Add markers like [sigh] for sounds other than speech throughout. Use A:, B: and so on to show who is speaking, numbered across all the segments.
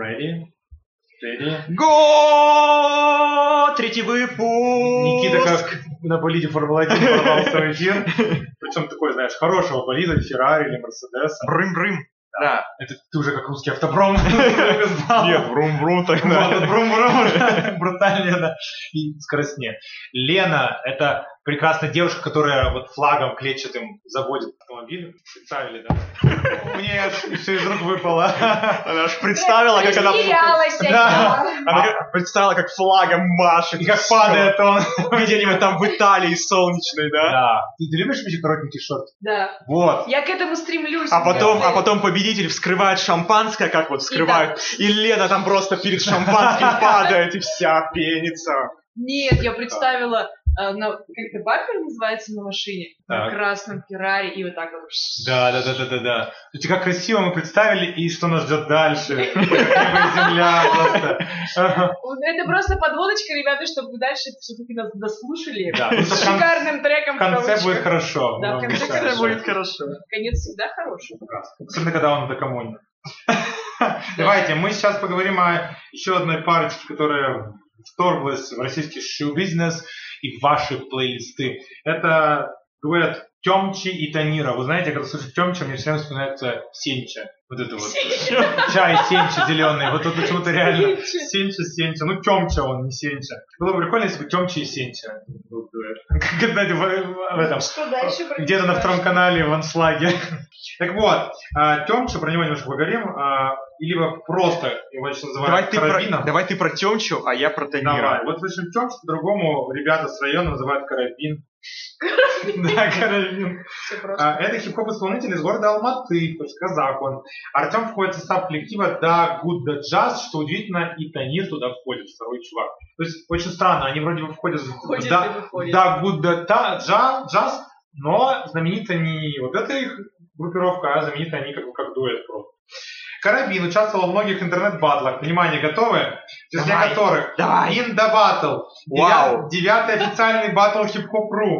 A: Ready? Steady.
B: Го! Третий выпуск!
A: Никита как на болиде Формулы-1 ворвался в эфир. Причем такой, знаешь, хорошего болида, Феррари или Мерседеса.
B: [laughs] Брым-брым. Да.
A: Это ты уже как русский автопром [laughs] сдал.
B: брум-брум так
A: Вот, брум-брум, [laughs] брутальнее, да, и скоростнее. Лена – это прекрасная девушка, которая вот флагом клетчатым заводит автомобиль. Представили, да? [laughs] Мне все из рук выпало.
B: Она аж представила, как она...
C: Растерялась я.
B: Да. Она как- представила, как флагом машет,
A: И
B: как падает он где-нибудь там в Италии солнечной, да?
A: Да. Ты ты любишь вообще коротенькие шорты?
C: Да.
A: Вот.
C: Я к этому стремлюсь.
B: А потом,
C: Мне
B: а потом победитель вскрывает шампанское, как вот вскрывают, и Лена там просто перед шампанским
C: [laughs]
B: падает и вся пенится.
C: Нет, я представила, э, на- как это бампер называется на машине? На
A: Так.
C: красном Феррари и вот так вот. пш.
A: Да, да, да, да, да, да. То есть как красиво мы представили и что нас ждет дальше. [laughs] Небо и земля просто. Ага.
C: [laughs] Вот ну Это просто подводочка, ребята, чтобы вы дальше все-таки нас дослушали.
A: Да, просто
C: С
A: в кон-
C: шикарным треком.
A: В конце
C: кавычках.
A: будет хорошо.
C: Да,
A: Нам
C: в конце
A: мешает.
C: Хорошо. будет
B: хорошо.
C: Конец всегда хороший.
A: Особенно, когда он докомонит. [laughs] Давайте, мы сейчас поговорим о еще одной парочке, которая вторглась в российский шоу-бизнес и в ваши плейлисты. Это дуэт Темчи и Танира. Вы знаете, когда слышу Темча, мне всегда вспоминается Сенча. Вот это вот. Чай Сенча зеленый. Вот тут почему-то реально
C: Сенча.
A: Сенча, Сенча. Ну, Темча он, не Сенча. Было бы прикольно, если бы Темча и Сенча был дуэт. Как, знаете, в- в этом,
C: Что дальше
A: где-то на втором канале в аншлаге. Так вот, Темча, про него немножко поговорим, а, и либо просто его еще
B: Давай
A: называют
B: ты, про,
A: карабином.
B: давай ты про Тёмчу, а я про Танира.
A: Давай. Вот слышим Темчу, по-другому ребята с района называют карабин. Да, карабин.
C: Все просто.
A: А, Это хип-хоп-исполнитель из города Алматы, то есть казах он. Артем входит в состав коллектива Да Good Да Джаз, что удивительно, и Танир туда входит, второй чувак. То есть очень странно, они вроде бы входят в
C: Входит
A: Да-
C: и выходит.
A: да, Good Да Та- Джа- джаз, но знаменита не вот эта их группировка, а знаменита они как бы как дуэт просто. Карабин участвовал во многих интернет-батлах. Внимание, готовы? В числе
B: Давай.
A: которых
B: Давай.
A: In the Battle.
B: Вау.
A: Девя- Девятый официальный батл хип-хоп.ру.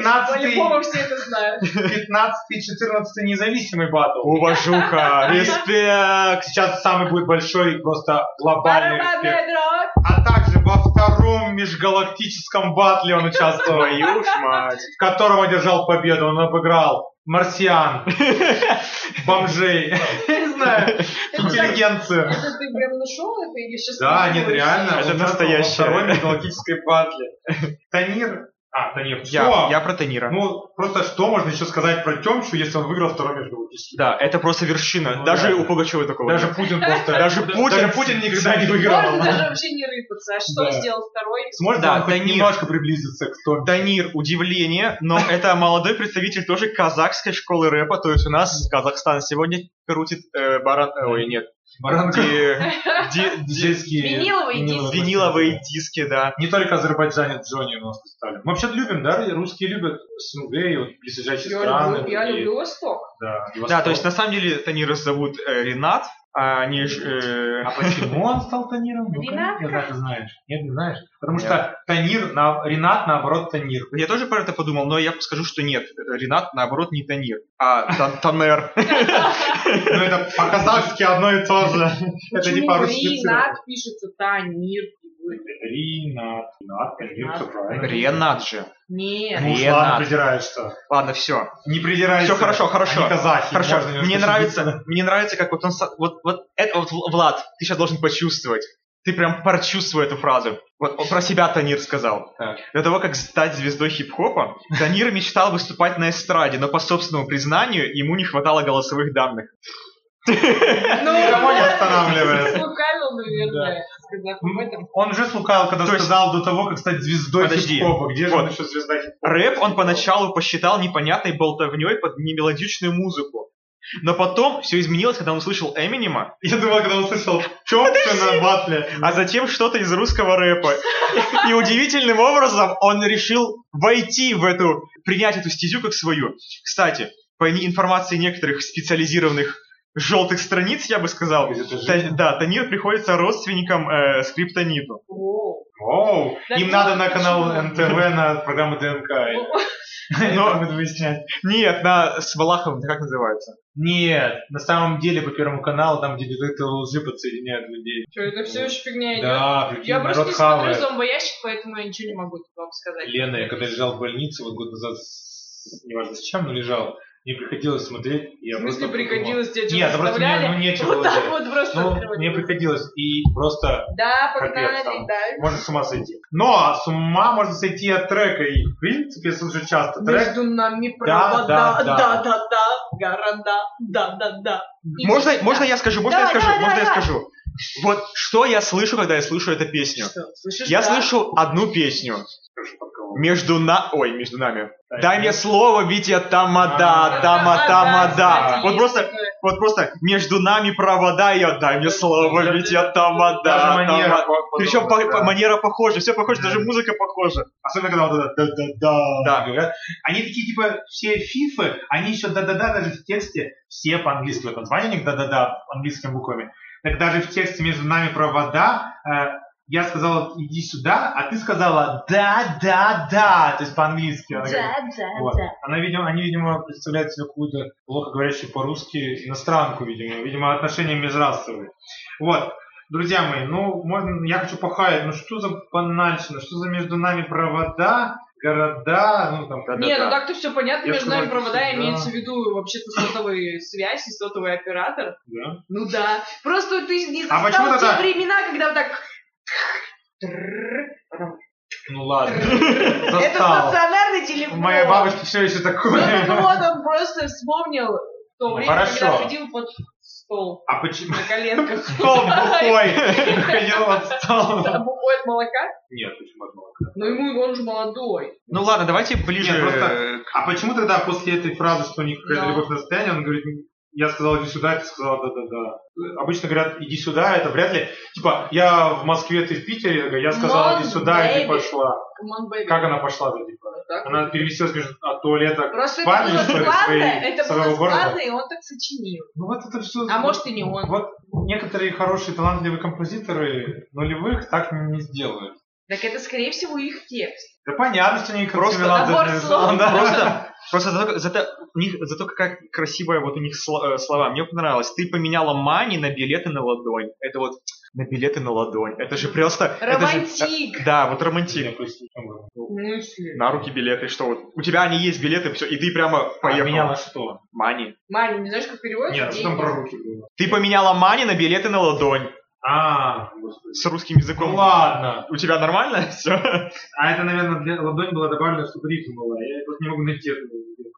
A: 15-й,
C: А По-любому все это знают.
A: 15-й, 14-й независимый батл. Э,
B: Уважуха, респект!
A: Сейчас самый будет большой просто глобальный успех.
C: Барабанная дробь.
A: А также во втором межгалактическом батле он участвовал.
B: Твою ж мать!
A: в котором одержал победу, он обыграл марсиан, бомжей, не знаю, интеллигенцию.
C: Это ты прям нашел это или сейчас?
A: Да, нет, реально.
B: Это
A: он участвовал
B: настоящее.
A: во Второй металлогической батле. Танир. А, Танир.
B: Я,
A: Что?
B: я про Танира.
A: Ну, просто что можно еще сказать про Темчу, если он выиграл второй межгалактический?
B: да, это просто вершина.
A: Ну
B: даже
A: да.
B: у Пугачева такого
A: Даже
B: нет.
A: Путин просто...
B: Даже Путин-
A: даже Путин никогда не выиграл.
C: Можно даже вообще не рыпаться. А что
A: Да.
C: сделал второй?
A: Сможет
B: Да,
A: он хоть
B: Танир.
A: немножко приблизиться к Томчу?
B: Танир удивление, [laughs] но это молодой представитель тоже казахской школы рэпа, то есть у нас Казахстан сегодня крутит э, баран... э, Ой, нет. э,
A: Баранка.
B: [laughs] Ди- ди-
A: Зельские-
C: Виниловые диски.
B: Виниловые диски, да.
A: Не только азербайджанец Джонни у нас представлен. Мы вообще любим, да? Русские любят СНГ и вот близлежащие
C: Я
A: страны.
C: люблю, я
A: и-
C: люблю Восток.
A: Да, и
B: Да,
A: Восток.
B: то есть на самом деле Танира зовут э, Ренат, а они ж, э, [laughs]
A: А почему он стал Таниром? Ну,
C: Ренат
A: конечно, ты знаешь. Нет, не знаешь. Потому
B: Нет.
A: что Танир, на... Ренат, наоборот, Танир.
B: Я тоже про это подумал, но я скажу, что нет. Ренат, наоборот, не Танир, а Тан- Танер.
A: Ну, это по-казахски одно и то же. Это типа не
C: Почему
A: по-русски.
C: Ринат пишется Танир?
A: Ренат. Ренат, Танир,
C: Ренат.
A: все правильно.
B: Ренат же.
C: Нет.
A: Ну, уж
B: Ренат.
A: ладно, придираешься.
B: Ладно, все.
A: Не придирайся.
B: Все хорошо, хорошо.
A: Они казахи.
B: Хорошо,
A: можно немножко
B: мне
A: ошибиться.
B: нравится, мне нравится, как вот он... со- Вот, вот это вот, Вл- Влад, ты сейчас должен почувствовать. Ты прям прочувствуй эту фразу. Вот он про себя Танир сказал.
A: Так.
B: До того, как стать звездой хип-хопа, Танир мечтал выступать на эстраде, но по собственному признанию ему не хватало голосовых данных.
C: Ну,
A: Никого не
C: [laughs]
A: останавливает.
C: Слукавил, наверное, сказав об этом.
A: Он же слукавил, когда
B: То есть-
A: сказал до того, как стать звездой
B: Подожди.
A: хип-хопа. Где же
B: Вот.
A: он еще звезда хип-хопа?
B: Рэп он поначалу посчитал непонятной болтовней под немелодичную музыку. Но потом все изменилось, когда он услышал Эминема,
A: Я думал, когда услышал Чопча на батле.
B: а затем что-то из русского рэпа. И удивительным образом он решил войти в эту, принять эту стезю как свою. Кстати, по не- информации некоторых специализированных желтых страниц, я бы сказал,
A: Газета
B: Та-
A: «Жизнь».
B: да, Танир приходится родственником э, Скриптониту.
C: Воу.
A: Оу,
C: Да
A: им
C: ну,
A: надо на канал
C: почему?
A: НТВ на программу ДНК. или- Они
B: Ну.
A: там будут выяснять.
B: Нет, на с Валаховым, это как называется?
A: Нет, на самом деле по Первому каналу там, где детекторы лжи подсоединяют людей.
C: Что, это все еще фигня идет?
A: Да, прикинь,
C: Я просто
A: народ
C: не смотрю
A: хавает.
C: зомбоящик, поэтому я ничего не могу тут вам сказать.
A: Лена, я когда лежал в больнице, вот год назад, с- неважно с чем, но лежал, мне приходилось смотреть. и Я
C: В смысле,
A: просто
C: приходилось тебе
A: Нет,
C: что-то
A: да просто мне,
C: вставляли?
A: ну, нечего
C: Вот
A: было
C: так
A: делать.
C: вот просто
A: подумал, Ну,
C: открывали.
A: мне приходилось, и просто
C: Да,
A: Капец,
C: погнали,
A: там.
C: да.
A: можно с ума сойти. Но с ума можно сойти от трека, и в принципе я слушаю часто трек.
C: Между нами
A: Да,
C: провода,
A: да,
C: да,
A: да.
C: да, да, города, да, да, да. И
B: Можно,
C: мечта.
B: можно я скажу, можно я
C: Давай,
B: скажу,
C: давай,
B: можно я
C: давай,
B: скажу. Вот что я слышу, когда я слышу эту песню.
C: Что, слышишь?
B: Я
C: да?
B: слышу одну песню.
A: Слушай, под кого?
B: Между на... Ой, между нами.
A: Да,
B: Дай
A: я-
B: мне слово, ведь я тамада,
A: Да,
B: тама,
C: да,
A: а
B: тама, да.
C: кстати,
B: Вот
C: есть
B: просто,
C: такое.
B: вот просто между нами провода, и я дай мне слово,
A: Да,
B: ведь я тамада,
A: Даже манера
B: тама.
A: по-
B: Причем
A: подобная, да.
B: манера похожа, все похоже,
A: Да.
B: даже музыка похожа.
A: Особенно когда вот это да-да-да
B: Да.
A: говорят. Они такие, типа, все фифы, они еще да-да-да даже в тексте, все по-английски, вот он звонит у них да-да-да английскими буквами. Так даже в тексте между нами провода, э, я сказала, иди сюда, а ты сказала да-да-да, то есть по-английски. Она говорит,
C: Да, да,
A: Вот.
C: да.
A: Она, видимо, они, видимо, представляют себе какую-то плохо говорящую по-русски иностранку, видимо. Видимо, отношения межрасовые. Вот. Друзья мои, ну, можно, я хочу похаять, ну что за банальщина, что за между нами провода, города, ну там да-да-да.
C: Не, ну так-то все понятно,
A: Я
C: между
A: сказал,
C: нами провода
A: да.
C: имеется в виду вообще-то сотовые связь и сотовый оператор.
A: Да.
C: Ну да. Просто ты не
A: А почему
C: застал
A: тогда-
C: те времена, когда вот так... Трррр.
A: Ну ладно,
C: Это
A: застал.
C: стационарный телефон.
A: Моя бабушка все еще
C: Ну так [laughs]
A: такое.
C: вот он просто вспомнил то
A: Ну,
C: время, когда
A: хорошо.
C: ходил под стол
A: А почему?
C: на коленках.
A: Стол бухой. Ходил от
C: А
A: стола.
C: бухой от молока?
A: Нет, почему от молока?
C: Но ему он же молодой.
B: Ну ладно, давайте ближе.
A: Нет, просто-
B: э, к-
A: А почему тогда после этой фразы, что у них какая-то
C: Да.
A: любовь на расстоянии, он говорит, я сказал, иди сюда, ты сказала, да-да-да. Обычно говорят, иди сюда, это вряд ли. Типа, я в Москве, ты в Питере, я говорю, я сказала, иди
C: Мам,
A: сюда, и ты
C: baby.
A: пошла.
C: Come on, baby.
A: Как она пошла-то, типа?
C: Вот так
A: Она
C: вот.
A: переместилась между а, от туалета.
C: Просто это
A: Парни,
C: было
A: что ли,
C: складно,
A: свои-
C: это было
A: своего города?
C: складно, и он так сочинил.
A: Ну вот это все.
C: А может и не он.
A: Вот некоторые хорошие, талантливые композиторы нулевых так не сделают.
C: Так это, скорее всего, их текст.
A: Да понятно, что они
B: Просто
C: набор слов.
B: Просто, просто зато, зато, у них- зато какая красивая вот у них сло- э, слова. Мне понравилось. Ты поменяла мани на билеты на ладонь. Это вот на билеты на ладонь. Это же просто... это же-
C: Романтик.
B: э, да, вот романтик.
C: Ну, если-
B: На руки билеты, что вот. У тебя они есть билеты, все, и ты прямо поехал.
A: Поменяла А что?
B: Мани.
C: Маня, не знаешь, как переводится?
A: Нет, что там про руки было?
B: Ты поменяла мани на билеты на ладонь.
A: А, господи.
B: С русским языком.
A: Ну ладно.
B: У тебя нормально [laughs] все?
A: А это, наверное, для ладонь была добавлена, чтобы рифм была. Я просто не могу найти эту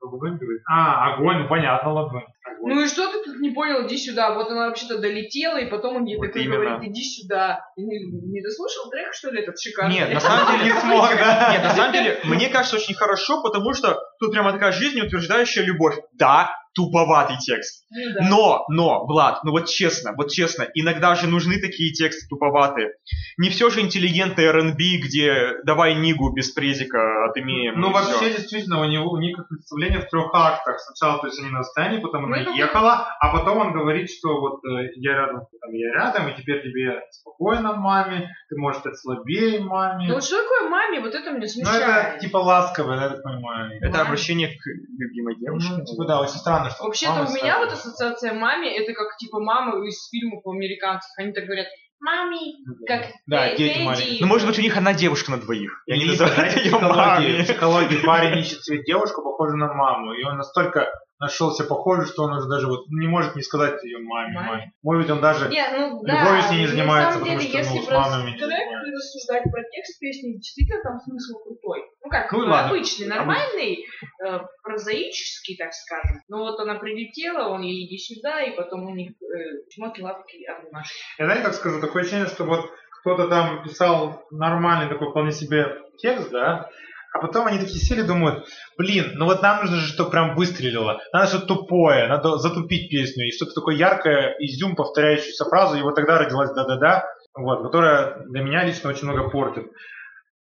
A: ладонь. говорит. А, огонь, ну понятно, ладонь. Огонь.
C: Ну и что ты тут не понял, иди сюда. Вот она вообще-то долетела, и потом он ей
B: Вот
C: такой
B: именно.
C: говорит, иди сюда. И Не, не дослушал трек, что ли, этот шикарный?
B: Нет, на самом деле...
A: не
B: [laughs]
A: смог, да?
B: Нет, на самом деле, мне кажется, очень хорошо, потому что тут прямо такая жизнеутверждающая любовь. Да, туповатый текст.
C: Ну да.
B: Но, но, Влад, ну вот честно, вот честно, иногда же нужны такие тексты туповатые. Не все же интеллигентный РНБ, где давай Нигу без презика отымеем.
A: Ну
B: и
A: вообще,
B: всё.
A: действительно, у, него, у них представление в трех актах. Сначала, то есть, они на расстоянии, потом она
C: Ну, это
A: ехала, а потом он говорит, что вот э, я рядом, там, я рядом, и теперь тебе спокойно, маме, ты, может, это слабее, маме.
C: Ну вот что такое маме? Вот это мне
A: Ну,
C: смущает.
A: это типа ласковое, да, я так понимаю.
B: Это
C: Ладно.
B: обращение к любимой девушке.
A: Ну, типа, да, очень странно, что...
C: Вообще-то
A: мама
C: у меня вот
A: слабее.
C: ассоциация маме, это как типа мама из фильмов американских. Они так говорят, мами, как
A: Да,
C: «Дэ-
A: дети
C: дэдди».
A: маленькие.
B: Ну, может быть, у них одна девушка на двоих. И они
A: Или,
B: называют
A: знаете,
B: ее
A: психология.
B: мамой.
A: психологии
B: [laughs]
A: парень ищет себе девушку, похожую на маму. И он настолько нашел себе похожую, что он уже даже вот не может не сказать ее маме.
C: Маме.
A: маме. Может быть, он даже...
C: Не, ну да.
A: Любовью с ней не
C: на
A: занимается,
C: самом
A: потому
C: деле,
A: что, ну,
C: если
A: с
C: про
A: мамами не
C: трек
A: занимается.
C: и рассуждать про текст песни, действительно там смысл крутой. Ну как,
A: Ну и
C: крутой,
A: ладно,
C: обычный, нормальный, э, прозаический, так скажем. Но вот она прилетела, он ей иди сюда, и потом у них э, чмоки, лапки, обнимашки.
A: Я знаете, как скажу, такое ощущение, что вот кто-то там писал нормальный такой вполне себе текст, да, а потом они такие сели и думают, блин, ну вот нам нужно же, что прям выстрелило. Надо что-то тупое, надо затупить песню. И что-то такое яркое, изюм, повторяющуюся фразу. И вот тогда родилась «да-да-да», вот, которая для меня лично очень много портит.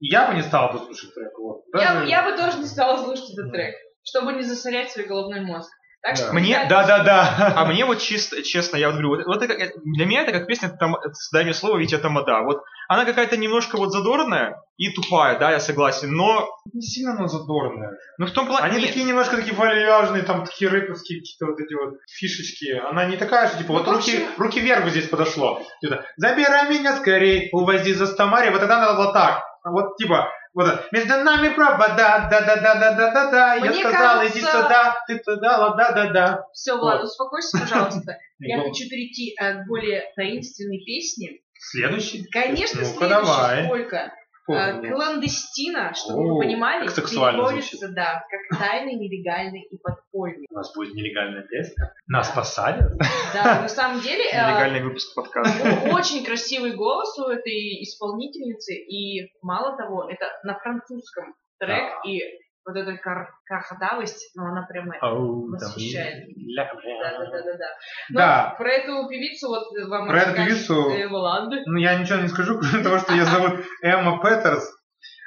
A: И я бы не стал тут слушать трек. Вот.
C: Я,
A: Даже-
C: я бы тоже не стала слушать этот
A: Да.
C: трек, чтобы не засорять свой головной мозг. Так что
B: Мне,
C: я-
B: да-да-да. А мне вот чисто, честно, я вот говорю, вот, вот это как- для меня это как песня, там, дай мне слово, ведь это мода. Вот она какая-то немножко вот задорная и тупая, да, я согласен, но,
A: [laughs] Не сильно она задорная.
B: но в том плане...
A: Они
B: не-
A: такие немножко такие вальяжные, там такие рэповские какие-то вот эти вот фишечки. Она не такая, что типа
C: Ну,
A: вот
C: в
A: руки,
C: общем-
A: руки вверх вот здесь подошло. Типа, Забирай меня скорее, увози за Стамари. Вот тогда надо было так. А Вот типа, вот это, между нами провода, да-да-да-да-да-да-да, я
C: Мне
A: сказала,
C: кажется-
A: иди сюда, ты туда, да-да-да.
C: Все, Влад, успокойся, пожалуйста. Я хочу перейти э, к более таинственной песне.
A: Следующий? Ну,
C: Конечно, А,
A: Ну-ка,
C: следующая
A: давай.
C: сколько? Э, Кландестина, чтобы
A: О,
C: вы понимали,
A: как сексуально
C: переводится,
A: звучит.
C: да,
A: [laughs]
C: как тайный, нелегальный и подпольный.
A: У нас будет нелегальная песня. Нас посадят?
C: Да, на самом деле, э,
B: Нелегальный выпуск подкаста.
C: ну, очень красивый голос у этой исполнительницы, и мало того, это на французском трек, и вот эта кар- кахадавость, ну, она прямо
A: Ау, там,
C: Восхищает.
A: ля, ля.
C: Да-да-да-да. Но
A: Да.
C: про эту певицу вот вам
A: Про эту
C: расскажет,
A: певицу-
C: э, Воланда.
A: Ну, я ничего не скажу, [laughs] кроме того, что ее зовут Эмма Петерс.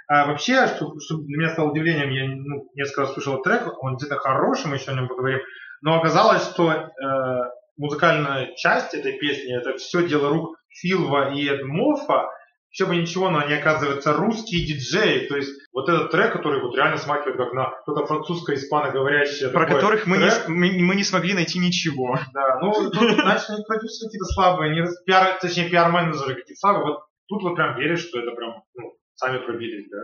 A: А вообще, что, что для меня стало удивлением, я ну, несколько раз слушал трек, он где-то хороший, мы еще о нем поговорим, но оказалось, что э, музыкальная часть этой песни, это все дело рук Филва и Эдмофа, все бы ничего, но они, оказываются, русские диджеи. То есть вот этот трек, который вот реально смакивает как на что-то французское испаноговорящее.
B: Про
A: такое
B: которых мы не,
A: трек.
B: с- мы, мы не смогли найти ничего.
A: Да, ну, тут, значит, они продюсеры какие-то слабые, они раз- пиар, точнее, пиар-менеджеры какие-то слабые. Вот тут вот прям веришь, что это прям, ну, сами пробились, да.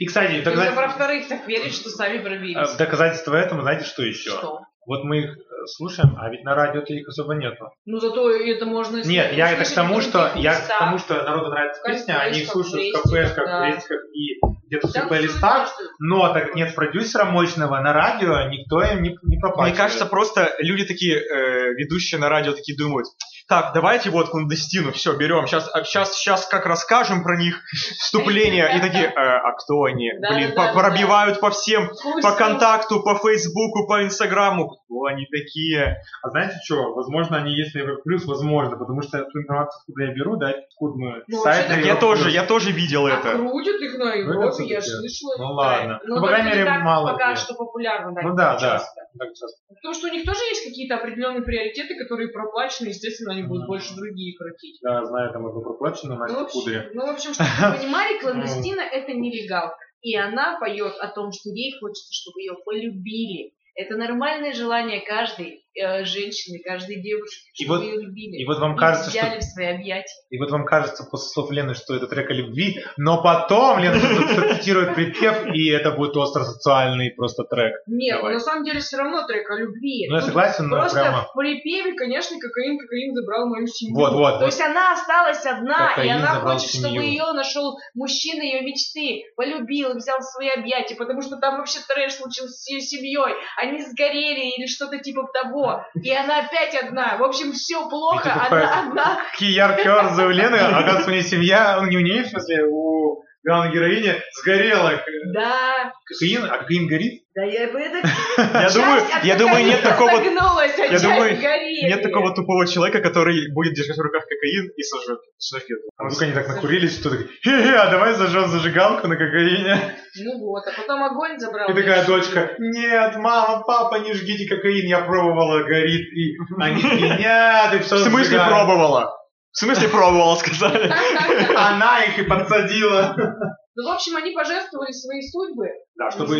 A: И, кстати,
C: Только про
A: доказательство,
C: вторых так верить, что сами пробились.
A: э, доказательство этому, знаете, что еще?
C: Что?
A: Вот мы их э, слушаем, а ведь на радио-то их особо нету.
C: Ну зато это можно...
A: Нет, я это к
C: услышать
A: тому,
C: в
A: что,
C: других
A: я
C: местах.
A: к тому, что народу нравится
C: В
A: песня, они их
C: кафешках,
A: слушают в
C: в
A: кафешках,
C: рестиках, да.
A: в рестиках и где-то в
C: Танцуют,
A: плейлистах.
C: что-
A: Но так как нет продюсера мощного на радио, никто им не, не
B: Мне
A: проплачивает.
B: кажется, просто люди такие, э, ведущие на радио такие думают, так, давайте вот кландестину, все, берем, сейчас, сейчас, сейчас а, как расскажем про них, вступление, и такие, «Э, а кто они?
C: Да,
B: Блин,
C: да,
B: по-
C: да, да.
B: пробивают по всем,
C: Пусть
B: по
C: там-
B: контакту, по фейсбуку, по инстаграму, кто они такие?
A: А знаете что? Возможно, они есть на Европе Плюс, возможно, потому что эту информацию, откуда я беру, да, откуда мы
C: Ну,
A: сайт на
C: вообще-то
B: Я
A: Европе
B: тоже,
A: Плюс.
B: я тоже видел
C: А
B: это.
C: крутят их на
A: Ну, это
C: Европе, я
A: всё-таки.
C: слышала.
A: Ну
C: этот
A: ладно.
C: трек.
A: Ну,
C: Но
A: по крайней
C: только не
A: мере,
C: так
A: мало
C: Пока
A: где.
C: что популярно, да.
A: Ну
C: не
A: да,
C: так
A: да.
C: часто.
A: Так часто.
C: Потому что у них тоже есть какие-то определенные приоритеты, которые проплачены, естественно, они будут
A: Мгм.
C: больше другие крутить.
A: Да, знаю, там одну проплаченную
C: Ну, в
A: Настю Кудря.
C: общем, ну, в общем, чтобы вы
A: [laughs]
C: понимали, кландестина это нелегалка. И она поет о том, что ей хочется, чтобы ее полюбили. Это нормальное желание каждой э, женщины, каждой девушки,
A: И
C: чтобы
A: вот-
C: ее любили.
A: И вот вам кажется,
C: взяли
A: что...
C: в свои объятия.
A: И вот вам кажется после слов Лены, что это трек о любви, но потом Лена
C: [laughs]
A: цитирует припев, и это будет остро-социальный просто трек.
C: Нет,
A: Давай.
C: на самом деле все равно трек о любви.
A: Ну, я
C: Тут
A: согласен, но
C: Просто
A: прямо...
C: в припеве, конечно, кокаин, кокаин забрал мою семью.
A: Вот, вот,
C: То
A: вот.
C: есть она осталась одна, и
A: Кокаин
C: она
A: забрал
C: хочет, чтобы
A: семью.
C: ее нашел мужчина ее мечты, полюбил, взял в свои объятия, потому что там вообще трэш случился с ее семьей, они сгорели или что-то типа того, и она опять одна. В общем, все плохо,
A: И ты такой-
C: она одна.
A: Какие яркие образы у
C: [laughs]
A: Лены, оказывается, у нее семья, ну, не у нее, в смысле, у главной героини сгорела э,
C: Да,
A: кокаин, а кокаин горит,
C: да я бы это...
B: Я
C: часть
B: думаю,
C: от
B: я думаю, нет
C: кокаина
B: такого,
C: согнулась, а
B: я
C: часть
B: думаю,
C: горели.
B: нет такого тупого человека, который будет держать в руках кокаин и сожжет софету.
A: А вдруг они так накурились, что такие, хе-хе, а давай зажжем зажигалку на кокаине.
C: Ну вот, а потом огонь забрал.
A: И такая дочка, нет, мама, папа, не жгите кокаин, я пробовала, горит. И они, нет, и все
B: В смысле пробовала? В смысле пробовала, сказали?
A: Она их и подсадила.
C: Ну, в общем, они пожертвовали свои судьбы.
A: Да, чтобы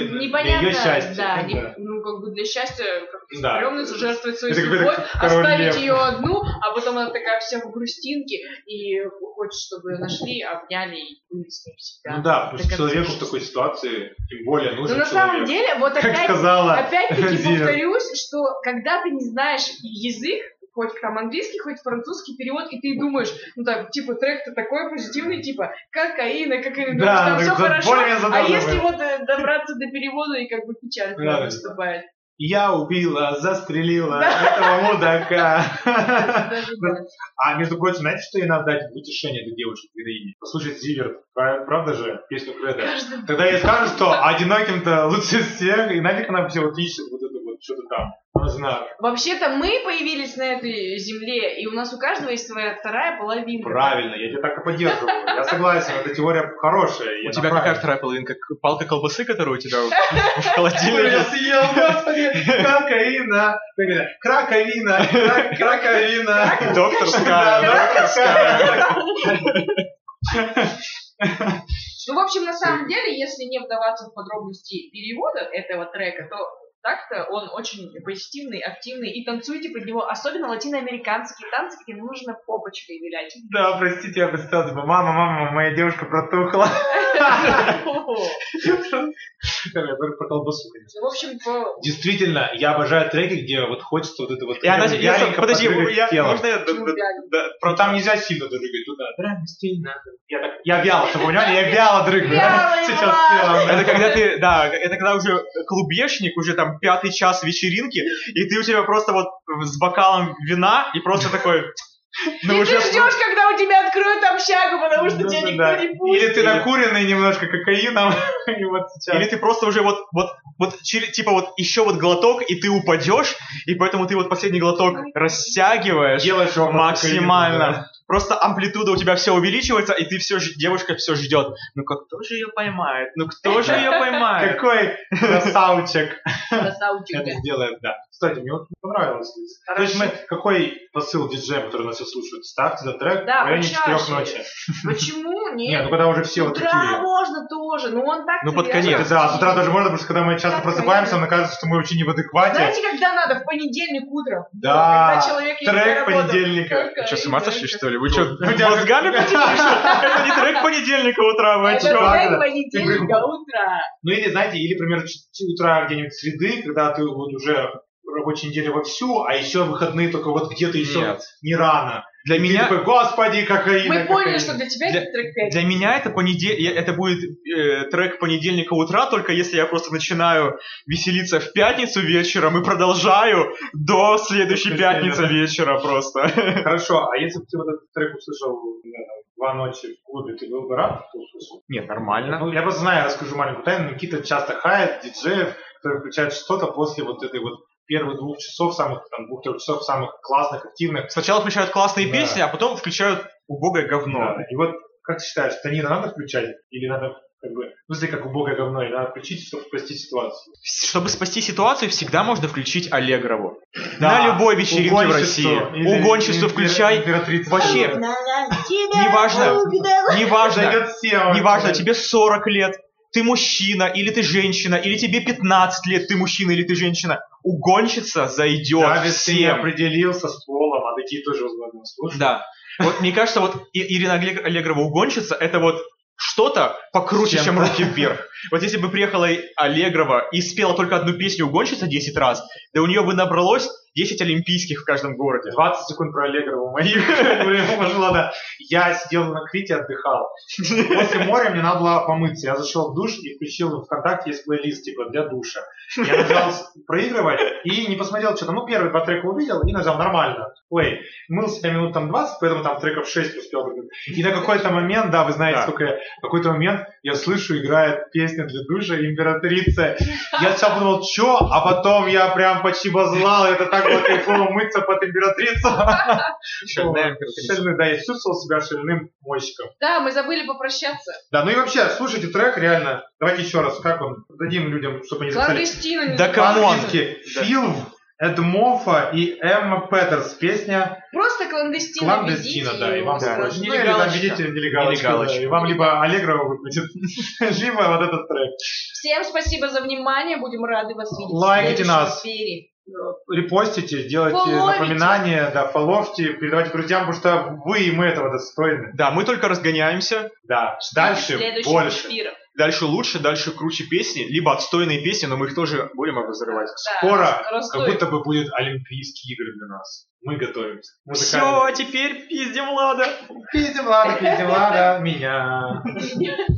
A: для
C: Непонятно,
A: ее счастья.
C: Да, не- ну, как бы для счастья как-то
A: Да.
C: стрёмно жертвовать своей
A: Это какой-то
C: судьбой,
A: король
C: оставить
A: лев.
C: ее одну, а потом она такая вся в грустинке и хочет, чтобы ее нашли, обняли и были с ней всегда.
A: Ну да, потому что
C: Так
A: человеку в
C: это-
A: такой ситуации, тем более,
C: Но
A: нужен
C: Ну, на самом
A: человек.
C: деле, вот
A: Как
C: опять
A: сказала
C: Опять-таки
A: Зина.
C: повторюсь, что когда ты не знаешь язык, хоть там английский, хоть французский перевод, и ты думаешь, ну так, типа, трек-то такой позитивный, типа, кокаина, кокаина,
A: Да,
C: думаешь, там все
A: так за-
C: хорошо,
A: более
C: а
A: задавливает.
C: если вот э, добраться до перевода, и как бы печаль
A: Да, да, да.
C: наступает.
A: Я убила, застрелила этого мудака.
C: Даже, да.
A: А между прочим, знаете, что ей надо дать в утешение этой девушке героине? Послушать Зиверт, пра- правда же, песню Креда.
C: Каждый
A: Тогда ей скажут, что одиноким-то лучше всех, и нафиг она все вот ищет вот это вот что-то там. Ну, знаю.
C: Вообще-то мы появились на этой земле, и у нас у каждого есть своя вторая половина.
A: Правильно, я тебя так и поддерживаю. Я согласен, эта теория хорошая. и
B: У
A: она
B: тебя какая
A: правильная.
B: вторая половинка? К- Палка колбасы, которая у тебя вот
A: [laughs]
B: в
A: Ой, Я
B: холодильнике?
A: съел, господи, краковина, Как это? краковина, крак- краковина. Да,
B: Докторская.
A: да, какая?
C: Ну, в общем, на самом деле, если не вдаваться в подробности перевода этого трека, то так-то он очень позитивный, активный, и танцуйте под него, особенно латиноамериканские танцы, где нужно попочкой вилять.
A: [laughs] Да, простите, я представил, типа, мама, мама, моя девушка протухла.
C: В
A: Я говорю про колбасу, конечно.
C: общем, по-
A: Действительно, я обожаю треки, где вот хочется вот это вот...
B: И она... я-
A: вяленько
B: Подожди,
A: подрыгать
B: я-
A: тело.
B: можно я... д- д- д-
A: Про там нельзя сильно дрыгать туда. Я так, я вял, ты понимаешь? Я вяло дрыгаю.
C: Вяло,
A: [laughs] Сейчас
C: вяло.
A: вяло.
B: Это когда ты, да, это когда уже клубешник, уже там пятый час вечеринки, и ты у тебя просто вот с бокалом вина, и просто такой... ну,
C: И ты ждешь, когда у тебя откроют общагу, потому что тебя
A: Да-да-да.
C: никто не
A: Или
C: пустит.
A: ты накуренный немножко кокаином, и вот сейчас...
B: Или ты просто уже вот, вот, вот, через- типа вот еще вот глоток, и ты упадешь, и поэтому ты вот последний глоток растягиваешь
A: делаешь его
B: максимально. Просто амплитуда у тебя все увеличивается, и ты все, ж- девушка все ждет. Ну как, кто же ее поймает? Ну кто же ее поймает?
A: Какой красавчик
C: Красавчик,
A: [laughs] это
C: да.
A: сделает, да. Кстати, мне вот понравилось. здесь. То есть мы, какой посыл диджея, который нас все слушает? Ставьте этот трек
C: Да,
A: в районе 4
C: почаще.
A: ночи.
C: Почему
A: Нет, ну
C: нет?
A: когда уже
C: С
A: все вот такие.
C: утра можно тоже, но он так...
B: Ну, под
C: реально-
B: конец.
A: Да, с утра даже можно, потому что когда мы часто
C: Так,
A: просыпаемся,
C: конечно.
A: нам кажется, что мы вообще не в адеквате.
C: Знаете, когда надо? В понедельник утром.
A: Да,
C: Когда человек едет на
A: трек
C: работу.
A: понедельника.
C: Только
B: Че, с ума
C: именно
B: сошли,
C: это.
B: что ли? Вы что,
A: У тебя как-
B: мозгами потеряли, что ли? [laughs] Это не трек понедельника утра, вы
C: А Это
B: чё?
A: правда.
C: трек понедельника утра.
A: Ну или, знаете, или, например, ч- ч- утра где-нибудь среды, когда ты вот уже рабочая неделя вовсю, а еще выходные только вот где-то еще
B: Нет.
A: не рано.
B: Для
A: И ты
B: меня...
A: такой, господи, кокаин.
C: Мы поняли,
A: кокаин».
C: что для тебя
B: Для-
C: это трек пять.
B: Для меня это, понеде- я- это будет э, трек понедельника утра, только если я просто начинаю веселиться в пятницу вечером и продолжаю до следующей
A: Воскресенье,
B: пятницы
A: да.
B: вечера
A: [laughs]
B: просто.
A: Хорошо, а если бы ты вот этот трек услышал наверное, в два ночи в клубе, ты был бы рад, что услышал?
B: Нет, нормально.
A: Ну, я просто знаю, расскажу маленькую тайну. Никита часто хает диджеев, которые включают что-то после вот этой вот первых двух часов, самых там двух-трех часов, самых классных, активных.
B: Сначала включают классные
A: Да.
B: песни, а потом включают убогое говно.
A: Да, И вот, как ты считаешь, Танина надо включать или надо как бы, ну, смотри, как убогое говно, или надо включить, чтобы спасти ситуацию?
B: Чтобы спасти ситуацию, всегда можно включить Аллегрову.
A: Да.
B: На любой вечеринке в
A: Угонщицу
B: России.
A: или
B: Угонщицу
A: импер-
B: включай.
A: императрицу.
B: Вообще, неважно. Неважно,
A: Зайдет всем.
B: неважно, тебе 40 лет, ты мужчина или ты женщина, или тебе 15 лет, ты мужчина или ты женщина. Угонщица зайдет
A: Даже ты не
B: всем.
A: определился с полом, а такие тоже возможно слушают.
B: Да. Вот мне кажется, вот И- Ирина Олег- Аллегрова угонщица, это вот что-то покруче,
A: Чем-то.
B: чем руки вверх. Вот если бы приехала и- Аллегрова и спела только одну песню угонщица 10 раз, да у нее бы набралось 10 олимпийских в каждом городе.
A: 20 секунд про Аллегрову моих. [laughs] Блин, Можно, ладно. Я сидел на Крите, отдыхал. После моря мне надо было помыться. Я зашел в душ и включил в ВКонтакте есть плейлист, типа, для душа. Я нажал с- проигрывать и не посмотрел что-то. Ну, первые два трека увидел и нажал нормально. Ой, мыл себя минут там 20, поэтому там треков 6 успел. И на какой-то момент, да, вы знаете,
B: Да.
A: сколько я... В какой-то момент я слышу, играет песня для душа «Императрица». Я сначала подумал, что? А потом я прям почти базлал. Это так было кайфово мыться под
B: [laughs]
A: императрицу.
B: Шальная императрица.
A: Шальной, да, я чувствовал себя шальным мощиком.
C: Да, мы забыли попрощаться.
A: Да, ну и вообще, слушайте трек, реально. Давайте еще раз, как он? Дадим людям, чтобы они записали.
C: Кландестина не
B: Да
C: забыла.
B: камон.
A: По-английски
B: Да.
A: Филв, Эд Мофа и Эмма Петерс. Песня
C: Просто кландестина.
A: «Кландестина»,
C: ведите
A: да, и
C: его,
A: вам
B: Да.
A: да.
C: скажут.
A: Ну,
C: Ну,
A: или там
B: Нелегалочка.
A: видите нелегалочку, да,
B: Нелегалочка.
A: и вам либо Аллегрова [laughs] выплатит, либо вот этот трек.
C: Всем спасибо за внимание. Будем рады вас видеть. в
A: Лайкайте
C: следующем
A: нас.
C: эфире.
A: репостите, делайте
C: Фоловите.
A: напоминания, да, фоловьте, передавайте друзьям, потому что вы и мы этого достойны.
B: Да, мы только разгоняемся.
A: Да,
C: В
A: дальше
C: следующих
A: больше.
C: эфирах.
B: Дальше лучше, дальше круче песни, либо отстойные песни, но мы их тоже будем обозревать.
C: Да,
A: Скоро,
C: Ростов.
A: Как будто бы будет Олимпийские игры для нас. Мы готовимся.
B: Все, теперь пиздим Лада.
A: [laughs] Пиздим, ладно, пиздим, ладно, меня.
C: Меня.